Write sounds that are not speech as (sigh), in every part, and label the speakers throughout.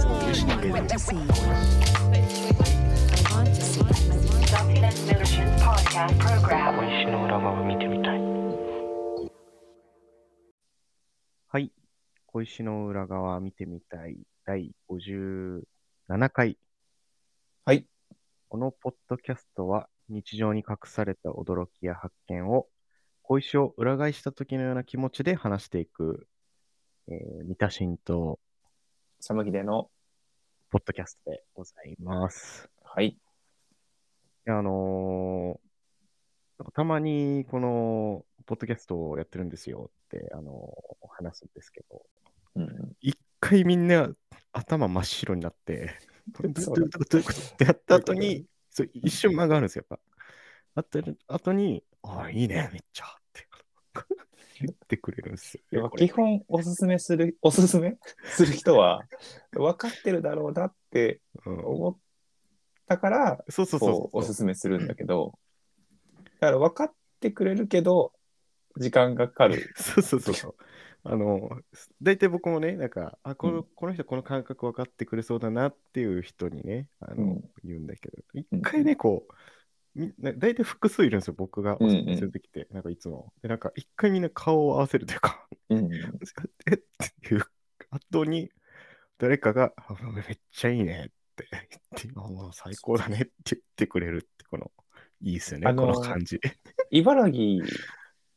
Speaker 1: Document Motion Podcast Program.
Speaker 2: けど
Speaker 3: 小石の裏側見てみたい。
Speaker 2: はい小石の裏側見てみたい第57回
Speaker 4: はい
Speaker 2: このポッドキャストは日常に隠された驚きや発見を小石を裏返した時のような気持ちで話していく、えー、三田新と
Speaker 4: 寒木での、
Speaker 2: ポッドキャストでございます
Speaker 4: はい。
Speaker 2: いやあのーなんかたまにこの、ポッドキャストをやってるんですよって、あのー話すんですけど、
Speaker 4: うん、
Speaker 2: 一回みんな頭真っ白になって、どうど
Speaker 4: そうう
Speaker 2: いうことどういうことってやった後に、そう一瞬間があるんですよ、やっぱ。あった後に、ああ、いいね、めっちゃって言ってくれるんです
Speaker 4: や
Speaker 2: よね。
Speaker 4: っぱ
Speaker 2: これ
Speaker 4: 基本おすすめする、 (laughs) おすすめする人は、分かってるだろうなって
Speaker 2: うん
Speaker 4: 思ったから、
Speaker 2: そうそう
Speaker 4: こ、
Speaker 2: そうう
Speaker 4: おすすめするんだけど、だから分かってくれるけど、時間がかかる。
Speaker 2: そうそうそうそう。あの、大体僕もね、なんか、あ、この,、
Speaker 4: うん
Speaker 2: この人この感覚分かってくれそうだなっていう人にね、あの、
Speaker 4: うん
Speaker 2: 言うんだけど、一
Speaker 4: うん
Speaker 2: 回ね、こう、みな大体複数いるんですよ、僕が
Speaker 4: う
Speaker 2: お
Speaker 4: んうん
Speaker 2: すすめするときって、なんかいつも。で、なんか一回みんな顔を合わせるというか、 (laughs)
Speaker 4: うん、
Speaker 2: えっていう後に、誰かが、あめっちゃいいねって言って、あもう最高だねって言ってくれるって、この、いいですよね、
Speaker 4: あのー
Speaker 2: この感じ。
Speaker 4: 茨城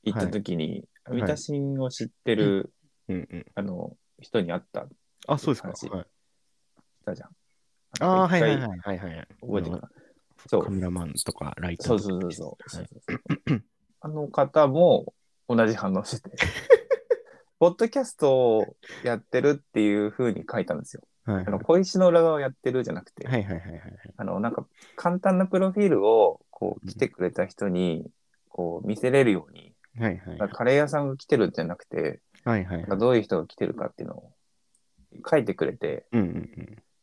Speaker 4: 行った時に、
Speaker 2: い
Speaker 4: 三田新を知ってる、
Speaker 2: うんうん。
Speaker 4: あの人に会った、
Speaker 2: あ、そうですか。
Speaker 4: 話
Speaker 2: はい、
Speaker 4: たじゃん。
Speaker 2: ああー、はいはい
Speaker 4: 一
Speaker 2: はいはいはい。
Speaker 4: 回覚えてるかな。そう
Speaker 2: カメラマンとかライター
Speaker 4: そう
Speaker 2: と
Speaker 4: そう
Speaker 2: か
Speaker 4: そう
Speaker 2: ね
Speaker 4: そう。
Speaker 2: はい
Speaker 4: あの方も同じ反応
Speaker 2: (laughs)
Speaker 4: してて、ポッドキャストをやってるっていう風に書いたんですよ。
Speaker 2: はい
Speaker 4: あの小石の裏側をやってるじゃなくて、
Speaker 2: はいはいはいはい。
Speaker 4: あのなんか簡単なプロフィールをこう来てくれた人にこう見せれるように、
Speaker 2: はいはい
Speaker 4: だからカレー屋さんが来てるんじゃなくて、
Speaker 2: はいはい
Speaker 4: なんかどういう人が来てるかっていうのを書いてくれて、
Speaker 2: うんうん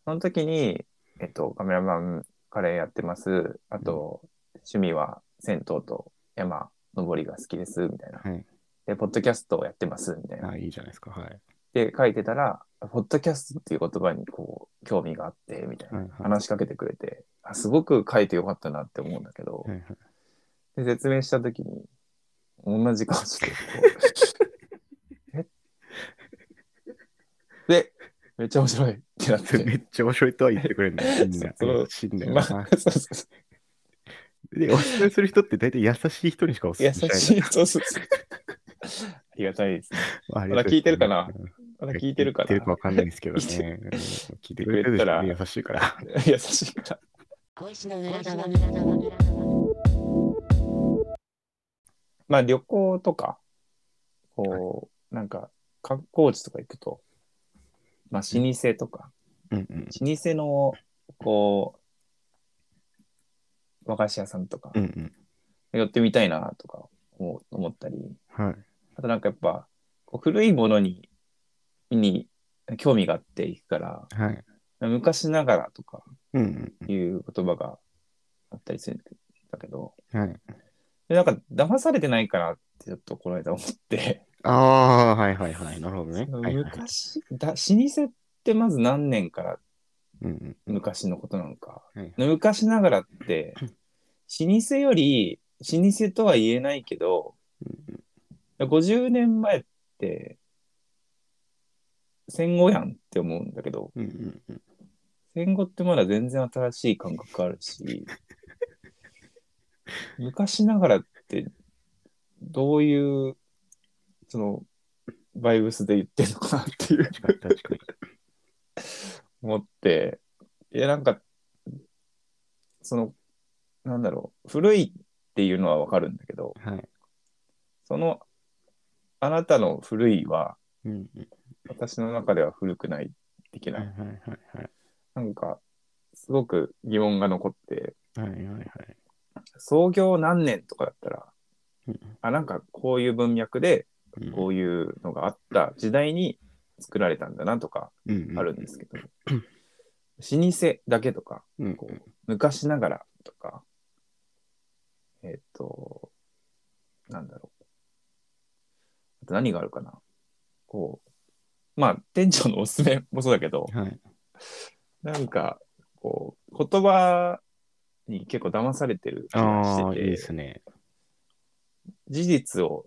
Speaker 4: その時に、えっと、カメラマンカレーやってます。あと、趣味は銭湯と山登りが好きです、みたいな。
Speaker 2: うん。はい。
Speaker 4: で、ポッドキャストをやってます、みたい
Speaker 2: あ
Speaker 4: な。
Speaker 2: あ、いいじゃないですか。はい。
Speaker 4: で、書いてたら、ポッドキャストっていう言葉にこう、興味があって、みたい
Speaker 2: は
Speaker 4: な。
Speaker 2: いはい
Speaker 4: 話しかけてくれて、あすごく書いてよかったなって思うんだけど
Speaker 2: は、いはい (laughs)
Speaker 4: で説明した時に、同じ顔してこ
Speaker 2: (laughs)
Speaker 4: う、え (laughs) で、めっちゃ面白いってな
Speaker 2: (laughs)
Speaker 4: っ
Speaker 2: それめ
Speaker 4: て。
Speaker 2: っちゃ面白いとは言ってくれるんだよ。みんな。
Speaker 4: (laughs) そう
Speaker 2: 死んだよ
Speaker 4: まあ、そう
Speaker 2: な。
Speaker 4: そうそう
Speaker 2: (laughs) で、おすすめする人って大体優しい人にしかおすす
Speaker 4: 優
Speaker 2: めしない。
Speaker 4: しい、そうそうそう。ありがたいですね。
Speaker 2: ああり
Speaker 4: ま
Speaker 2: が
Speaker 4: だ
Speaker 2: とう
Speaker 4: 聞いてるかな
Speaker 2: うん
Speaker 4: まだ聞いてるか
Speaker 2: 聞いてるか
Speaker 4: な
Speaker 2: わかんないですけど
Speaker 4: (laughs)
Speaker 2: ね。うん聞いてくれてるでしょうね優しいから。
Speaker 4: 優しいから。まあ旅行とか、こう、なんか観光地とか行くと、まあ老舗とか、
Speaker 2: うんうん
Speaker 4: 老舗の、こう、和菓子屋さんとか
Speaker 2: う、ん
Speaker 4: 寄ってみたいなとか思う思ったり、
Speaker 2: うん。はい。
Speaker 4: あとなんかやっぱ、こう古いものに、に興味があっていくから、
Speaker 2: はい。
Speaker 4: 昔ながらとか
Speaker 2: うんうん
Speaker 4: いう言葉があったりするんだけど、
Speaker 2: うん。はい。
Speaker 4: でなんか騙されてないかなってちょっとこの間思って、
Speaker 2: ああ、はいはいはい。なるほどね。
Speaker 4: その
Speaker 2: はいはい
Speaker 4: 昔、だ老舗ってまず何年から
Speaker 2: うんうん
Speaker 4: 昔のことなのか。
Speaker 2: はい
Speaker 4: 昔ながらって、老舗より老舗とは言えないけど、50年前って戦後やんって思うんだけど、
Speaker 2: うんうんうん。
Speaker 4: 戦後ってまだ全然新しい感覚あるし、昔ながらってどういう、その、バイブスで言ってんのかなっていう。
Speaker 2: 確かに確かに。
Speaker 4: 思って、いや、なんか、その、なんだろう、古いっていうのはわかるんだけど、
Speaker 2: はい。
Speaker 4: その、あなたの古いは、
Speaker 2: うんうん。
Speaker 4: 私の中では古くない的
Speaker 2: はい
Speaker 4: な、
Speaker 2: はいはい
Speaker 4: なんか、すごく疑問が残って、
Speaker 2: はい。はいはいはい。
Speaker 4: 創業何年とかだったら
Speaker 2: うん、
Speaker 4: あ、なんかこういう文脈で、
Speaker 2: うん
Speaker 4: こういうのがあった時代に作られたんだなとか、
Speaker 2: うんうん
Speaker 4: あるんですけど、老舗だけとか、
Speaker 2: うん
Speaker 4: こう昔ながらとか、えっ、と、なんだろう。あと何があるかな。こう、まあ、店長のおすすめもそうだけど、
Speaker 2: はい。
Speaker 4: なんか、こう、言葉に結構騙されてる気が
Speaker 2: あ
Speaker 4: し
Speaker 2: あ、い
Speaker 4: て
Speaker 2: い
Speaker 4: て、
Speaker 2: ですね。
Speaker 4: 事実を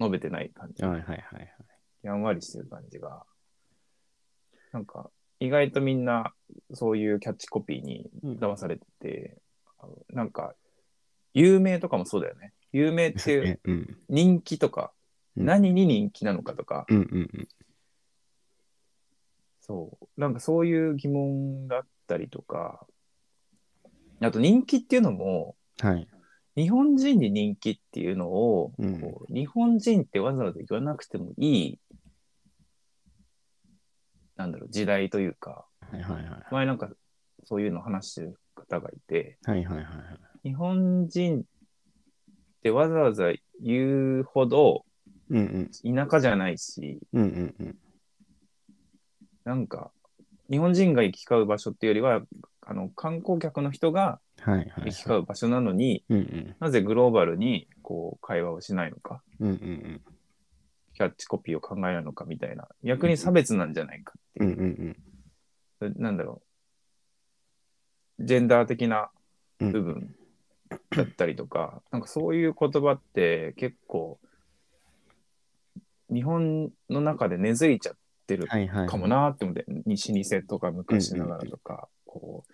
Speaker 4: 述べてない感じ
Speaker 2: はい、はいはいはい。
Speaker 4: やんわりしてる感じが、なんか、意外とみんな、そういうキャッチコピーに騙されてて、あのなんか、有名とかもそうだよね。有名っ
Speaker 2: で
Speaker 4: て
Speaker 2: す
Speaker 4: いう
Speaker 2: ね。うん。
Speaker 4: 人気とか、
Speaker 2: うん
Speaker 4: 何に人気なのかとか、
Speaker 2: うんうんうん。
Speaker 4: そう、なんかそういう疑問だったりとか、あと人気っていうのも、
Speaker 2: はい。
Speaker 4: 日本人に人気っていうのを、
Speaker 2: うん
Speaker 4: こう日本人ってわざわざ言わなくてもいい、なんだろう、時代というか、
Speaker 2: はいはいはい。
Speaker 4: 前なんかそういうの話してる方がいて、
Speaker 2: はいはいはいはい。
Speaker 4: 日本人ってわざわざ言うほど
Speaker 2: うんうん。
Speaker 4: 田舎じゃないし、
Speaker 2: うんうんうん。
Speaker 4: なんか、日本人が行き交う場所っていうよりは、あの観光客の人が
Speaker 2: はいはいはい。
Speaker 4: 行き交う場所なのに、
Speaker 2: うんうん。
Speaker 4: なぜグローバルにこう会話をしないのか、
Speaker 2: うんうん
Speaker 4: キャッチコピーを考えないのかみたいな、逆に差別なんじゃないかっ
Speaker 2: う
Speaker 4: て
Speaker 2: ん。う
Speaker 4: い
Speaker 2: ん
Speaker 4: う、
Speaker 2: うん
Speaker 4: なんだろう、ジェンダー的な
Speaker 2: うん。
Speaker 4: 部分だったり
Speaker 2: (laughs)
Speaker 4: とか、なんかそういう言葉って結構、日本の中で根付いちゃってる
Speaker 2: はいはい。
Speaker 4: かもなーって思って、に老舗とか昔ながらとか、こ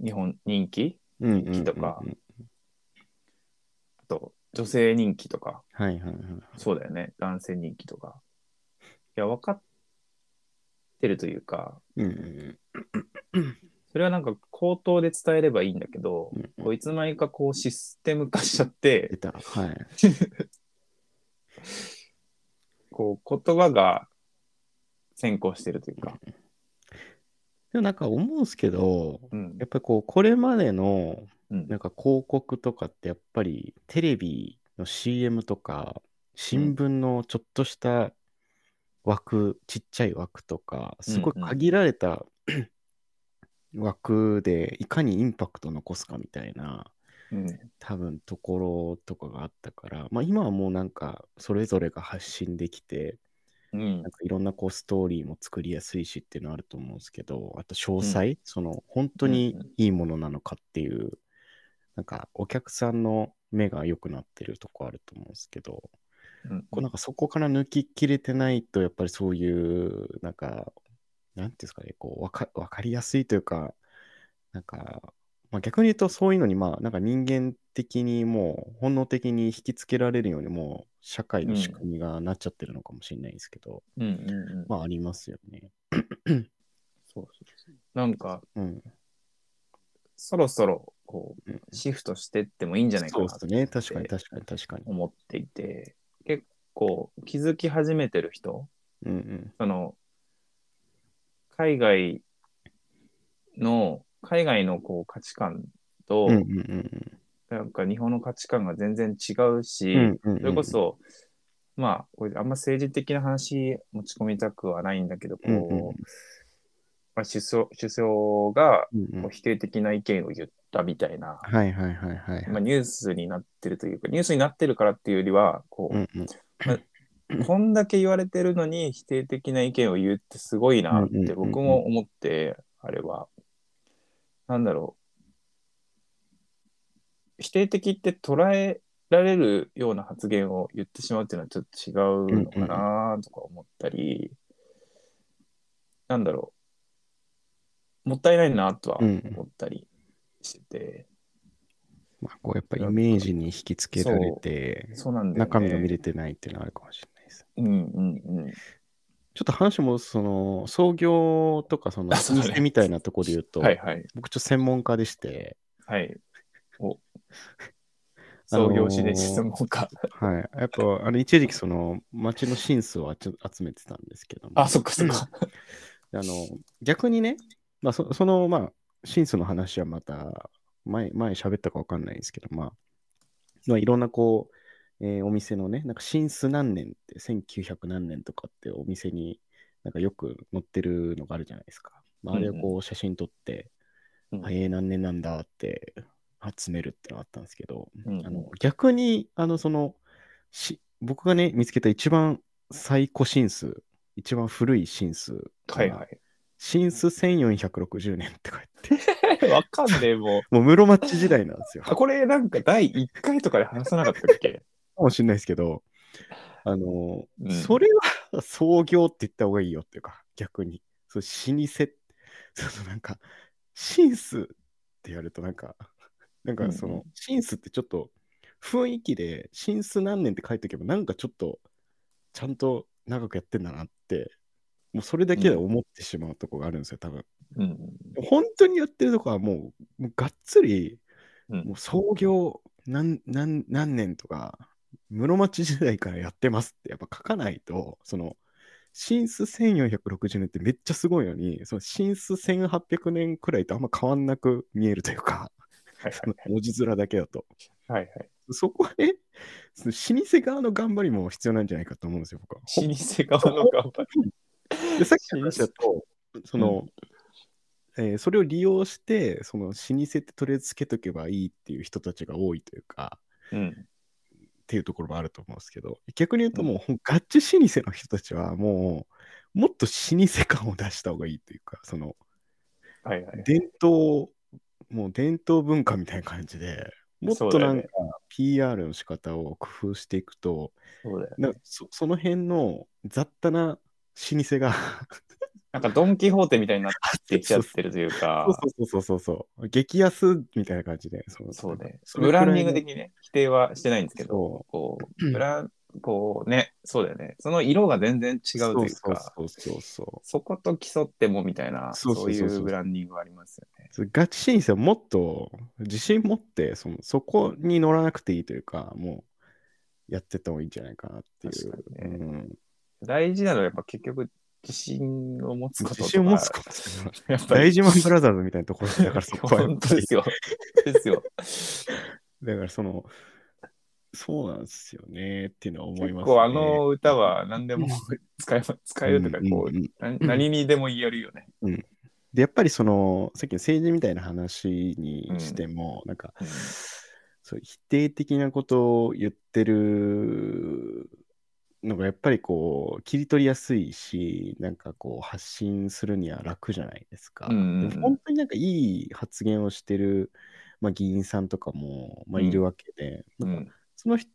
Speaker 4: う、日本人気
Speaker 2: うんうんうんうん。
Speaker 4: 人とかあと、女性人気とか、
Speaker 2: はいはいはい。
Speaker 4: そうだよね、男性人気とか。いや、分かってるというか、
Speaker 2: うんうん
Speaker 4: それはなんか口頭で伝えればいいんだけど、
Speaker 2: うんうん
Speaker 4: こういつの間にかこうシステム化しちゃって
Speaker 2: 出、た。はい。
Speaker 4: こう言葉が先行してるというか。
Speaker 2: でもなんか思うんですけど、
Speaker 4: うん
Speaker 2: やっぱりこう、これまでの
Speaker 4: うん
Speaker 2: なんか広告とかってやっぱりテレビの CM とか新聞のちょっとした枠、ちっちゃい枠とかすごい
Speaker 4: うんうん
Speaker 2: 限られた枠でいかにインパクト残すかみたいな
Speaker 4: うん
Speaker 2: 多分ところとかがあったから、まあ、今はもうなんかそれぞれが発信できて
Speaker 4: うん
Speaker 2: なんかいろんなこうストーリーも作りやすいしっていうのはあると思うんですけど、あと詳細、その本当にいいものなのかっていう、なんかお客さんの目が良くなってるとこあると思うんですけど、
Speaker 4: うん
Speaker 2: こうなんかそこから抜ききれてないと、やっぱりそういう、なんか、なんていうんですかね、こうわかわかりやすいというか、なんか、まあ、逆に言うとそういうのに、まあ、なんか人間的にもう本能的に引きつけられるようにもう社会の仕組みがなっちゃってるのかもしれないですけど、
Speaker 4: うんうんうん
Speaker 2: まあありますよね。
Speaker 4: そうそうそうなんか
Speaker 2: うん。
Speaker 4: そろそろこ
Speaker 2: うん
Speaker 4: うシフトしてってもいいんじゃないか
Speaker 2: そう
Speaker 4: な
Speaker 2: で
Speaker 4: と
Speaker 2: すね。確かに確かに確かに。
Speaker 4: 思っていて結構気づき始めてる人
Speaker 2: うんうん。
Speaker 4: その海外の海外のこう価値観と、
Speaker 2: うんうんうん
Speaker 4: なんか日本の価値観が全然違うし、
Speaker 2: うんうんうん
Speaker 4: それこそまあこれあんま政治的な話持ち込みたくはないんだけどこう、
Speaker 2: うんうん
Speaker 4: まあ、首相首相が
Speaker 2: うんうん
Speaker 4: こう否定的な意見を言ったみたいな、
Speaker 2: はいはいはいはい。
Speaker 4: まあ、ニュースになってるというかニュースになってるからっていうよりはこ
Speaker 2: う
Speaker 4: う、
Speaker 2: んうん
Speaker 4: こんだけ言われてるのに否定的な意見を言うってすごいなっ
Speaker 2: うんうんうんう
Speaker 4: て
Speaker 2: ん
Speaker 4: 僕も思って、あれは。なんだろう。否定的って捉えられるような発言を言ってしまうっていうのはちょっと違うのかなとか思ったり、なんだろう。もったいないなとは
Speaker 2: うん
Speaker 4: 思ったりしてて、
Speaker 2: まあこうやっぱイメージに引きつけられて、
Speaker 4: そうなんだよね。
Speaker 2: 中身が見れてないっていうのはあるかもしれないです。
Speaker 4: うんうんうん。
Speaker 2: ちょっと話もその創業とかその
Speaker 4: あそう
Speaker 2: 老
Speaker 4: だね
Speaker 2: 舗みたいなところで言うと、
Speaker 4: はいはい。
Speaker 2: 僕ちょっと専門家でして、
Speaker 4: はい。
Speaker 2: (laughs)
Speaker 4: お。
Speaker 2: あのー
Speaker 4: 創業史で質問か。
Speaker 2: はい、やっぱあの一時期その町の神数を集集めてたんですけども、
Speaker 4: あ、そっかそっか。
Speaker 2: あの逆にね、まあ、そその、まあ、シンスの話はまた前、前喋ったか分かんないですけど、まあ、まあ、いろんなこう、えーお店のね、なんかシンス何年って、1900何年とかってお店になんかよく載ってるのがあるじゃないですか。まあ、あれを
Speaker 4: う
Speaker 2: こう写真撮って、
Speaker 4: うん
Speaker 2: あえー何年なんだって集めるってのがあったんですけど、
Speaker 4: うん
Speaker 2: あの逆に、あの、その、し僕がね、見つけた一番最古シンス、一番古いシンス
Speaker 4: はいはい。
Speaker 2: 新数1460年って書いて、
Speaker 4: (laughs) わかんねえ、もう。
Speaker 2: もう室町時代なん
Speaker 4: (laughs)
Speaker 2: ですよ。
Speaker 4: あ
Speaker 2: か
Speaker 4: これなんか第1回とかで話さなかったっけ
Speaker 2: もしれないですけど、あの、
Speaker 4: うん
Speaker 2: それは創業って言った方がいいよっていうか、逆に。そう老舗、そうそうなんか、新数って言われるとなんか、なんかそ
Speaker 4: うんう
Speaker 2: の、新数ってちょっと雰囲気で、新数何年って書いておけば、なんかちょっと、ちゃんと長くやってんだなって、もうそれだけで思ってしまうとこがあるんですよ、多分。
Speaker 4: うん。
Speaker 2: 本当にやってるとこはもう、もうがっつり、
Speaker 4: うん
Speaker 2: もう創業何何何年とか、室町時代からやってますってやっぱ書かないと、その、新数1460年ってめっちゃすごいのに、その新数1800年くらいとあんま変わんなく見えるというか、
Speaker 4: はい
Speaker 2: その文字面だけだと。
Speaker 4: はいはいはい。
Speaker 2: そこはね、その老舗側の頑張りも必要なんじゃないかと思うんですよ、僕は。
Speaker 4: 老舗側
Speaker 2: (laughs)
Speaker 4: の頑張り。
Speaker 2: でさっきの話だ
Speaker 4: (laughs)
Speaker 2: と、その、えーそれを利用して、その老舗ってとりあえずつけとけばいいっていう人たちが多いというか、
Speaker 4: うん。
Speaker 2: っていうところもあると思うんですけど、逆に言うともう、ほん、ガチ老舗の人たちはもう、もっと老舗感を出した方がいいというか、その、
Speaker 4: はいはい。
Speaker 2: 伝統、もう伝統文化みたいな感じで、もっと
Speaker 4: そうだ
Speaker 2: な
Speaker 4: よ
Speaker 2: ん
Speaker 4: ね
Speaker 2: か PR の仕方を工夫していくと、
Speaker 4: そうだよ。
Speaker 2: なんかそその辺の雑多な老舗が (laughs)
Speaker 4: なんかドン・キホーテみたいになってきちゃってるというか、
Speaker 2: そうそうそうそうそう。激安みたいな感じで。その
Speaker 4: そうね。
Speaker 2: それ
Speaker 4: ブ
Speaker 2: くら
Speaker 4: ラ
Speaker 2: いの
Speaker 4: ンディング的にね、否定はしてないんですけど、
Speaker 2: そ
Speaker 4: こ
Speaker 2: う
Speaker 4: う、
Speaker 2: ん
Speaker 4: ブラン、こうね、そうだよね。その色が全然違うというか、
Speaker 2: そうそうそうそ
Speaker 4: そこと競ってもみたいな、
Speaker 2: そう
Speaker 4: そ
Speaker 2: そううそう
Speaker 4: い
Speaker 2: そう
Speaker 4: うブランディングがありますよね。
Speaker 2: うそう。ガチ審査もっと自信持ってその、そこに乗らなくていいというか、もうやってった方がいいんじゃないかなっていう。
Speaker 4: 確かにね
Speaker 2: うん、
Speaker 4: 大事なのはやっぱ結局、自信を持つこととか
Speaker 2: 自信を持つことですね。
Speaker 4: やっぱ
Speaker 2: 大
Speaker 4: り
Speaker 2: 事マンブラザーズみたいなところでだからそこはやっ
Speaker 4: 本
Speaker 2: ぱ
Speaker 4: 当で
Speaker 2: り
Speaker 4: すよ。ですよ。
Speaker 2: だからその、そうなんですよねっていうのは思い
Speaker 4: 結
Speaker 2: ます、ね。
Speaker 4: 構あの歌は何でも使えま使えるというか、
Speaker 2: ん
Speaker 4: こう、
Speaker 2: んん
Speaker 4: な何にでも言えるよね。
Speaker 2: で、やっぱりその、さっきの政治みたいな話にしても、なんか、
Speaker 4: うん
Speaker 2: そう、否定的なことを言ってるのが、やっぱりこう、切り取りやすいし、なんかこう、発信するには楽じゃないですか。
Speaker 4: うんうん
Speaker 2: でも本当になんかいい発言をしてる、まあ、議員さんとかも、まあ、いるわけで、
Speaker 4: う
Speaker 2: なんか
Speaker 4: ん
Speaker 2: その人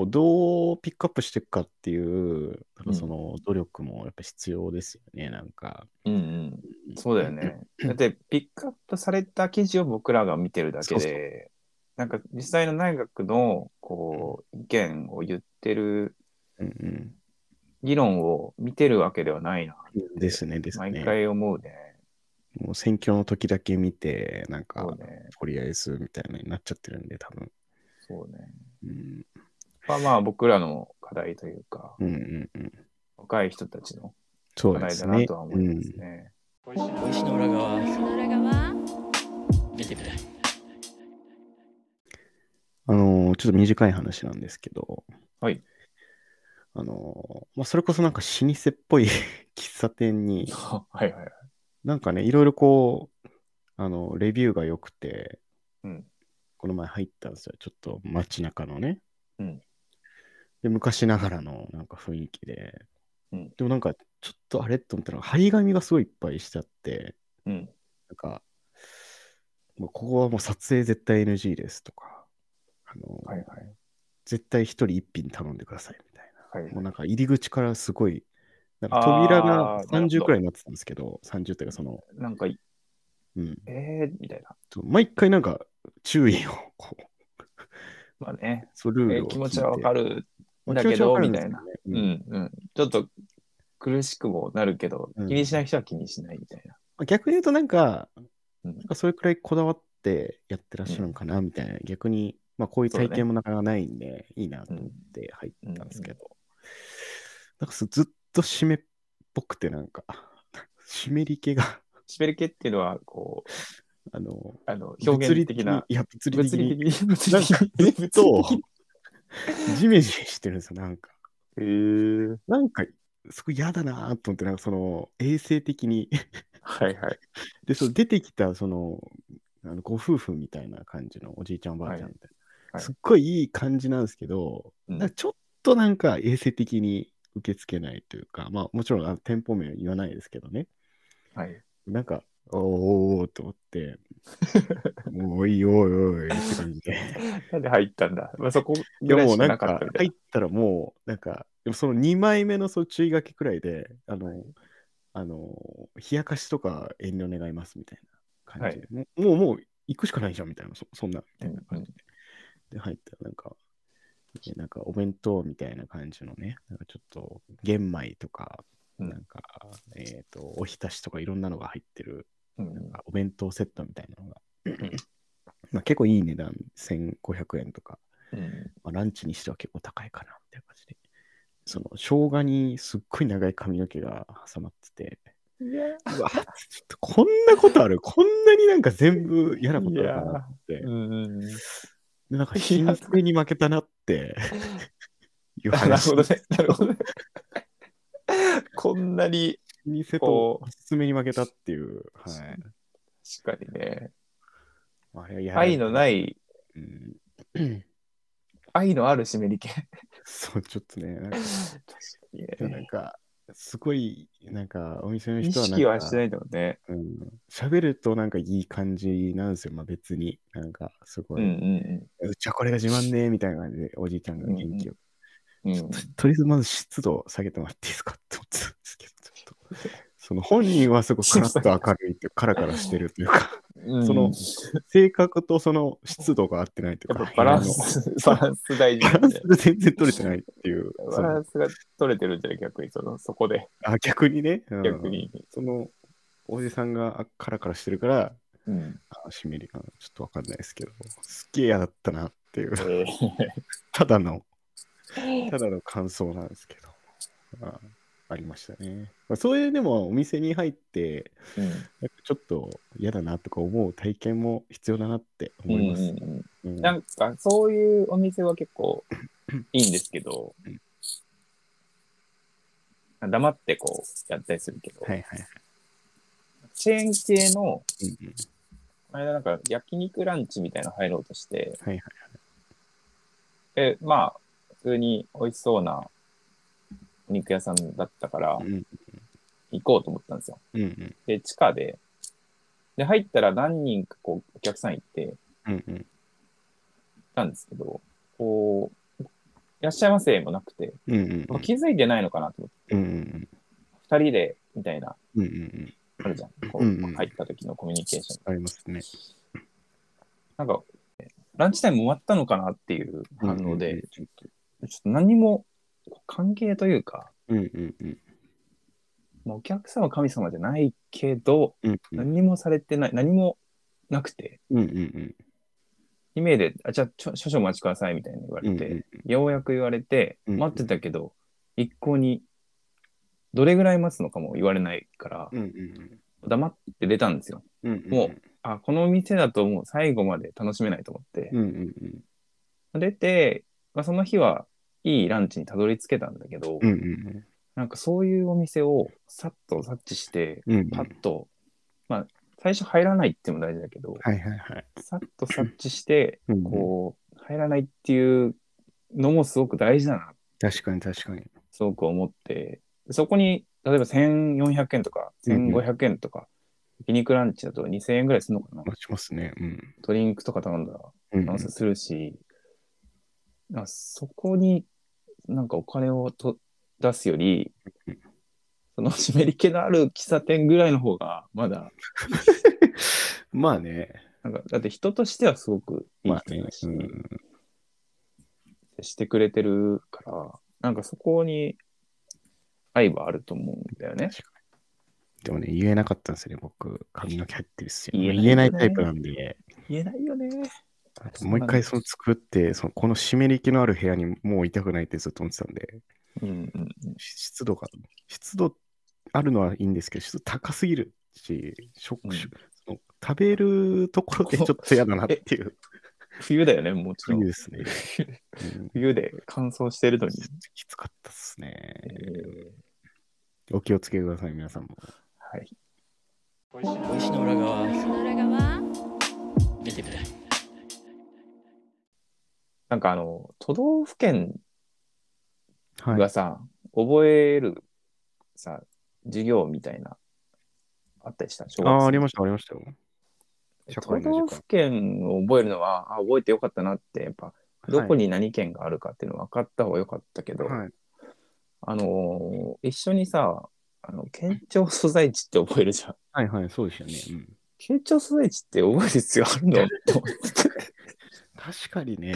Speaker 2: をどうピックアップしていくかっていう、なんかその努力もやっぱ必要ですよね、なんか。
Speaker 4: うんうんそうだよね。だってピックアップされた記事を僕らが見てるだけで、
Speaker 2: そうそ
Speaker 4: なんか実際の内閣のこう意見を言ってる
Speaker 2: うんうん
Speaker 4: 議論を見てるわけではないな。
Speaker 2: ですね、ですね。
Speaker 4: 毎回思うね。
Speaker 2: もう選挙の時だけ見て、なんか
Speaker 4: そう、ね。
Speaker 2: とりあえずみたいなになっちゃってるんで、多分。
Speaker 4: そうね。
Speaker 2: うん、
Speaker 4: まあまあ僕らの課題というか、
Speaker 2: うん、うんうん。
Speaker 4: 若い人たちの
Speaker 2: そ
Speaker 4: 課
Speaker 2: うで
Speaker 4: 題
Speaker 2: す
Speaker 4: だな
Speaker 2: ね。
Speaker 4: とは思
Speaker 2: う
Speaker 4: いま
Speaker 2: ん
Speaker 4: すね。
Speaker 3: 小石の裏側
Speaker 5: 星の裏側
Speaker 3: 見てみたい
Speaker 2: あのーちょっと短い話なんですけど、
Speaker 4: はい。
Speaker 2: あのーまあ、それこそなんか老舗っぽい (laughs) 喫茶店に、
Speaker 4: はいはい。
Speaker 2: なんかね、いろいろこう、あの、レビューが良くて、
Speaker 4: うん
Speaker 2: この前入ったんですよ。ちょっと街中のね。
Speaker 4: うん
Speaker 2: で、昔ながらのなんか雰囲気で。
Speaker 4: うん
Speaker 2: でもなんか、ちょっとあれと思ったら、張り紙がすごいいっぱいしちゃって、
Speaker 4: うん。
Speaker 2: なんか、もうここはもう撮影絶対 NG ですとか、あの、
Speaker 4: はいはい。
Speaker 2: 絶対一人一品頼んでくださいみたいな。
Speaker 4: はい
Speaker 2: もうなんか入り口からすごい、なんか
Speaker 4: あー
Speaker 2: 扉
Speaker 4: な
Speaker 2: が
Speaker 4: るほど
Speaker 2: 30くらいになってたんですけど、30っていうかその、
Speaker 4: なんか、え
Speaker 2: うん、
Speaker 4: ー、みたいな。
Speaker 2: そう毎回なんか注意をこう、
Speaker 4: まあね、
Speaker 2: そうルー
Speaker 4: え
Speaker 2: ルを
Speaker 4: ー気持ちはわか
Speaker 2: る。
Speaker 4: る。
Speaker 2: まあ
Speaker 4: だ
Speaker 2: 気持
Speaker 4: け
Speaker 2: ちは
Speaker 4: ど、
Speaker 2: わかる
Speaker 4: み
Speaker 2: んで
Speaker 4: た
Speaker 2: す
Speaker 4: い
Speaker 2: け
Speaker 4: な
Speaker 2: ど。
Speaker 4: う
Speaker 2: ね。うん
Speaker 4: んうん、ちょっと苦しくもなるけど、
Speaker 2: うん
Speaker 4: 気にしない人は気にしないみたいな。
Speaker 2: 逆に言うとなんか、
Speaker 4: うん
Speaker 2: なんかそれくらいこだわってやってらっしゃるのかなみたいな、逆に、まあこういう体験もなかなかないんで、いいなと思って入ったんですけど、なんかそうずっと湿っぽくてなんか、湿り気が、
Speaker 4: シベリケっていうのは、こう、
Speaker 2: あの、
Speaker 4: あの表現的
Speaker 2: 物理。
Speaker 4: な
Speaker 2: いや、物
Speaker 4: 物
Speaker 2: 理的
Speaker 4: 理
Speaker 2: に
Speaker 4: 的に、物理的 (laughs) に、物理的
Speaker 2: と、ジメジメしてるんですよ、なんか。
Speaker 4: へー
Speaker 2: なんか、すごい嫌だなと思って、なんかその、衛生的に。 (laughs)
Speaker 4: はいはい。
Speaker 2: で、その出てきた、その、あのご夫婦みたいな感じのおじいちゃんおばあちゃんみたいな、
Speaker 4: はい
Speaker 2: すっごいいい感じなんですけど、
Speaker 4: うん
Speaker 2: なんかちょっとなんか衛生的に受け付けないというか、まあもちろんあの店舗名は言わないですけどね、
Speaker 4: はい。
Speaker 2: なんか、おーおーおーと思って、
Speaker 4: (laughs)
Speaker 2: おいおいおいって感じで。
Speaker 4: なんで入ったんだ。まあ、そこ
Speaker 2: い
Speaker 4: ぐ
Speaker 2: や
Speaker 4: らい
Speaker 2: も
Speaker 4: し
Speaker 2: う
Speaker 4: か
Speaker 2: な
Speaker 4: なんかっ
Speaker 2: か
Speaker 4: たみた
Speaker 2: 入
Speaker 4: い
Speaker 2: っ
Speaker 4: な。
Speaker 2: たらもうなんかでもその2枚目のそう注意書きくらいであのあの冷やかしとか遠慮願いますみたいな感じで、もうもうもう行くしかないじゃんみたいなそそんなみたいな感じで,、で入ったらなんかでなんかお弁当みたいな感じのねなんかちょっと玄米とか、
Speaker 4: うん
Speaker 2: なんかえっ、とおひたしとかいろんなのが入ってる
Speaker 4: うん
Speaker 2: なんかお弁当セットみたいなのが、まあ、結構いい値段1500円とか
Speaker 4: うん
Speaker 2: まあ、ランチにしては結構高いかなみたいな感じで。その生姜にすっごい長い髪の毛が挟まってて、うわちょっとこんなことある、こんなになんか全部嫌なことあるかなって、で
Speaker 4: うん。
Speaker 2: なんか品性に負けたなっていう
Speaker 4: (laughs) なる
Speaker 2: 話
Speaker 4: ほどね。なるほどね。こんなに、
Speaker 2: にせと
Speaker 4: こ、
Speaker 2: おすすめに負けたっていう、はい
Speaker 4: 確かにね、
Speaker 2: まああれはやられ
Speaker 4: 愛
Speaker 2: た。、
Speaker 4: のないい、
Speaker 2: うん。
Speaker 4: 愛のある湿り気。
Speaker 2: そう、ちょっとね、なんか
Speaker 4: (laughs) 確かにね
Speaker 2: なんかすごい、なんかお店の
Speaker 4: 意
Speaker 2: 人はなんか
Speaker 4: 識はしてないだろうね。
Speaker 2: うん喋るとなんかいい感じなんですよ、まあ、別に。なんかすご
Speaker 4: う
Speaker 2: い、
Speaker 4: ん
Speaker 2: うちはこれが自慢ねみたいな感じでおじいちゃんが元気よく、
Speaker 4: うんうん。うん
Speaker 2: とりあえずまず湿度を下げてもらっていいですかって思ってたんですけど、ちょっとその本人はすごいカラッと明るいっていうか、カラカラしてるというか、
Speaker 4: (laughs) うん
Speaker 2: その性格とその湿度が合ってないという
Speaker 4: やっ
Speaker 2: か
Speaker 4: ぱ、バラン
Speaker 2: 部
Speaker 4: ス、バランス大事
Speaker 2: 屋の。バ
Speaker 4: な
Speaker 2: ラ
Speaker 4: ん
Speaker 2: ンス。が
Speaker 4: で
Speaker 2: 全然取れてないっていう、
Speaker 4: (laughs) バ
Speaker 2: そ
Speaker 4: ラ
Speaker 2: の
Speaker 4: ンスが取れてるんじゃない逆に、その、そこで、
Speaker 2: あ逆にね、うん
Speaker 4: 逆に。
Speaker 2: そのおじさんがあカラカラしてるから、
Speaker 4: うん。
Speaker 2: あ湿りがちょっとわかんないですけど、すっげえ嫌だったなっていう
Speaker 4: え、ー
Speaker 2: ただの、ただの感想なんですけど、あありましたね。まあ、そういうでもお店に入って、
Speaker 4: うん
Speaker 2: なんかちょっと嫌だなとか思う体験も必要だなって思います。
Speaker 4: うんうんうん
Speaker 2: うん
Speaker 4: なんか、そういうお店は結構いいんですけど、黙ってこうやったりするけど、
Speaker 2: はいはい。
Speaker 4: チェーン系の、
Speaker 2: うんうん
Speaker 4: あれなんか焼肉ランチみたいなの入ろうとして、
Speaker 2: はいはい
Speaker 4: で、まあ、普通に美味しそうなお肉屋さんだったから
Speaker 2: う、ん
Speaker 4: 行こうと思ったんですよ。
Speaker 2: うんうん
Speaker 4: で、地下で、で、入ったら何人かこう、お客さん行って、
Speaker 2: うんうん
Speaker 4: たんですけど、こう、いらっしゃいませもなくて、
Speaker 2: うんうん
Speaker 4: まあ気づいてないのかなと思って、
Speaker 2: うんうん
Speaker 4: 二人で、みたいな、
Speaker 2: うんうん
Speaker 4: あるじゃん。こ
Speaker 2: うんうん
Speaker 4: う、入った時のコミュニケーション。
Speaker 2: ありますね。
Speaker 4: なんか、ランチタイム終わったのかなっていう反応
Speaker 2: うんうん
Speaker 4: で、ちょっとちょっと何も関係というか、
Speaker 2: うんうんうん
Speaker 4: まあ、お客様は神様じゃないけど、
Speaker 2: うんうん
Speaker 4: 何もされてない、何もなくて、
Speaker 2: うんうん
Speaker 4: 2名で、あ、じゃあちょ少々お待ちくださいみたいに言わ
Speaker 2: う
Speaker 4: れ
Speaker 2: ん
Speaker 4: て、
Speaker 2: うん
Speaker 4: ようやく言われて、
Speaker 2: うん
Speaker 4: 待ってたけど、一向に、どれぐらい待つのかも言われないから
Speaker 2: う、んうん
Speaker 4: 黙って出たんですよ。
Speaker 2: うんうん
Speaker 4: もあ、この店だともう最後まで楽しめないと思って
Speaker 2: う、んうんうん
Speaker 4: 出て、まあ、その日はいいランチにたどり着けたんだけど、
Speaker 2: うんうん
Speaker 4: なんかそういうお店をさっと察知して、
Speaker 2: うんうん
Speaker 4: パッと、まあ、最初入らないっていうのも大事だけど、
Speaker 2: はいはいはい。
Speaker 4: さっと察知して、
Speaker 2: うんうん
Speaker 4: こう、入らないっていうのもすごく大事だな、
Speaker 2: 確かに確かに。
Speaker 4: すごく思って、そこに、例えば1400円とか、
Speaker 2: うんうん
Speaker 4: 1500円とか、焼肉ランチだと2000円ぐらいするのかな。
Speaker 2: 待ちますね。うん。
Speaker 4: ドリンクとか頼んだら、
Speaker 2: うん
Speaker 4: なんせするし、なんかそこになんかお金をと出すより
Speaker 2: うん、
Speaker 4: その湿り気のある喫茶店ぐらいの方が、まだ、
Speaker 2: まあね。
Speaker 4: なんか、だって人としてはすごくいい
Speaker 2: まあね
Speaker 4: 人だ。し、
Speaker 2: うん
Speaker 4: 接してくれてるから、なんかそこに愛はあると思うんだよね。
Speaker 2: でもね、言えなかったんですよね、僕。髪の毛入ってるっすよ。
Speaker 4: 言えない
Speaker 2: 言えないタイプなんで、
Speaker 4: 言えないよね。
Speaker 2: もう一回その作って、そのこの湿り気のある部屋にもういたくないってずっと思ってたんで、
Speaker 4: うんうんうん。
Speaker 2: し湿度が、湿度あるのはいいんですけど、湿度高すぎるし、食、
Speaker 4: うん
Speaker 2: その食べるところでちょっと嫌だなっていう
Speaker 4: 冬だよね、もちろ
Speaker 2: 冬
Speaker 4: ん。
Speaker 2: ですね。うん
Speaker 4: 冬で乾燥してるのに。
Speaker 2: きつかったっすね。
Speaker 4: えー
Speaker 2: お気をつけください、皆さんも。
Speaker 4: はい。
Speaker 3: 小石の裏側出てみたい
Speaker 4: なんかあの、都道府県
Speaker 2: はい。
Speaker 4: がさ、覚えるさ、授業みたいなあったりしたんでしょ
Speaker 2: ああ、ありました、ありましたよ。社
Speaker 4: 都
Speaker 2: 会の
Speaker 4: 道
Speaker 2: 時間
Speaker 4: 府。県を覚えるのは、あ覚えてよかったなって、やっぱ、どこに何県があるかっていうの分かった方がよかったけど、
Speaker 2: はい、はい
Speaker 4: あのー一緒にさ、あの、県庁所在地って覚えるじゃん。 (laughs)
Speaker 2: はいはい、そうですよね。うん、
Speaker 4: 県庁所在地って覚える必要あるのと思って。
Speaker 2: 確かに
Speaker 4: (laughs)
Speaker 2: ね。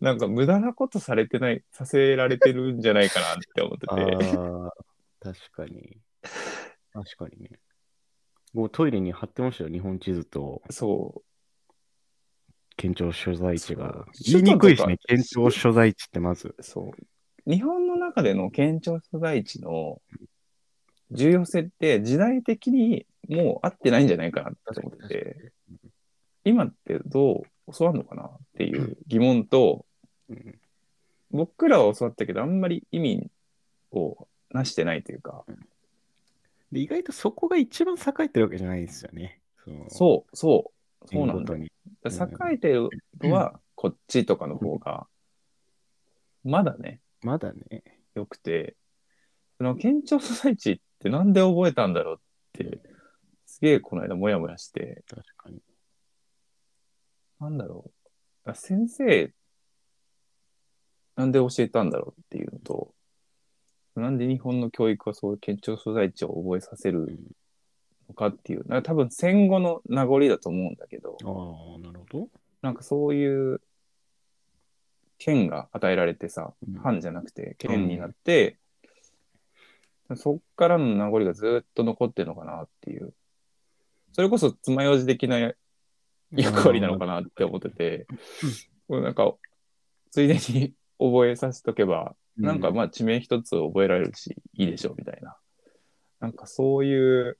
Speaker 4: なんか無駄なことされてない、させられてるんじゃないかなって思
Speaker 2: あ
Speaker 4: ってて。
Speaker 2: あ、確かに。確かにね。もうトイレに貼ってましたよ、日本地図と
Speaker 4: そう。
Speaker 2: 県庁所在地が。
Speaker 4: そ
Speaker 2: 言
Speaker 4: う
Speaker 2: いにくいし
Speaker 4: 首
Speaker 2: ね、
Speaker 4: 都とか
Speaker 2: 県庁所在地ってまず。
Speaker 4: そう。日本の中での県庁所在地の重要性って時代的にもう合ってないんじゃないかなと思ってて、今ってどう教わるのかなっていう疑問と、
Speaker 2: うん
Speaker 4: 僕らは教わったけど、あんまり意味をなしてないというか、
Speaker 2: で意外とそこが一番栄えてるわけじゃないんですよね。その
Speaker 4: そう、そう、そう
Speaker 2: 県
Speaker 4: な
Speaker 2: ご
Speaker 4: んだ
Speaker 2: と。に。
Speaker 4: だから栄えてるのはこっちとかの方が、まだね、
Speaker 2: まだね。
Speaker 4: よくて、その県庁所在地ってなんで覚えたんだろうって、すげえこの間もやもやして、
Speaker 2: 確かに。
Speaker 4: なんだろう。あ先生、なんで教えたんだろうっていうのと、なんで日本の教育はそういう県庁所在地を覚えさせるのかっていう、なんか多分戦後の名残だと思うんだけど、
Speaker 2: ああ、なるほど。
Speaker 4: なんかそういう県が与えられてさ、
Speaker 2: うん
Speaker 4: 藩じゃなくて県になって、そっからの名残がずっと残ってるのかなっていうそれこそ爪楊枝的な役割なのかなって思ってて、これなんかついでに覚えさせとけば、
Speaker 2: うん
Speaker 4: なんかまあ地名一つ覚えられるしいいでしょうみたいななんかそういう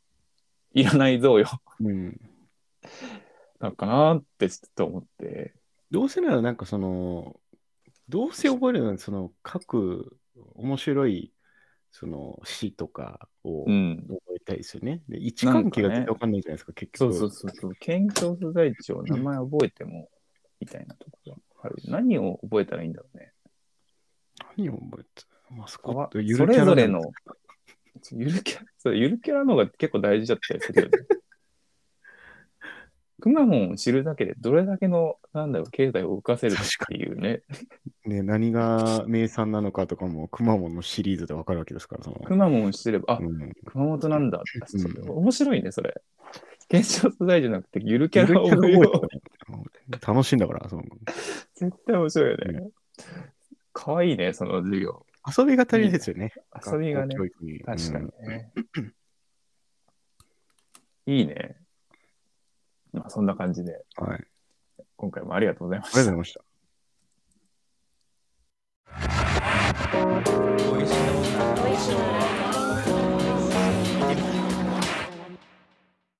Speaker 4: いらない贈与
Speaker 2: うん。
Speaker 4: なんかなってちょっと思って。
Speaker 2: どうせならなんかその、どうせ覚えるのはその各面白いその詩とかを
Speaker 4: う
Speaker 2: 覚
Speaker 4: ん
Speaker 2: えたいですよね。で位置関係が全然わかんないじゃないですか、結
Speaker 4: そう
Speaker 2: 局。
Speaker 4: そうそうそう。県庁所在地を名前覚えても、みたいなとこがある。何を覚えたらいいんだろうね。
Speaker 2: 何を覚えてマスコ
Speaker 4: あ
Speaker 2: ッ
Speaker 4: そ
Speaker 2: ト、
Speaker 4: れ
Speaker 2: ゆるキャラ
Speaker 4: ぞれの、ゆるキャラ、そうゆるキャラの方が結構大事だったりする
Speaker 2: (laughs)
Speaker 4: よね。くまモンを知るだけで、どれだけの、なんだろう、経済を動かせるかっていうね。
Speaker 2: ね、何が名産なのかとかも、くまモンのシリーズでわかるわけですから、その。
Speaker 4: くまモンを知れば、あ、
Speaker 2: うん、
Speaker 4: 熊本なんだって、それ
Speaker 2: うん
Speaker 4: 面白いね、それ。県庁所在地じゃなくて、ゆるキ
Speaker 2: ゆ
Speaker 4: ャ
Speaker 2: る
Speaker 4: ラを覚えよ
Speaker 2: 覚
Speaker 4: う
Speaker 2: えたらね楽しいんだから、その
Speaker 4: 絶対面白いよね。かわいいね、その授業。
Speaker 2: 遊びが足りないですよね。
Speaker 4: 遊びがね
Speaker 2: 学校。教育に
Speaker 4: 確かに
Speaker 2: うん
Speaker 4: ね。いいね。まあそんな感じで、
Speaker 2: はい。あり
Speaker 4: 今回もありがとうございま
Speaker 2: が
Speaker 4: し
Speaker 2: とうご
Speaker 4: た
Speaker 2: ざい。ました。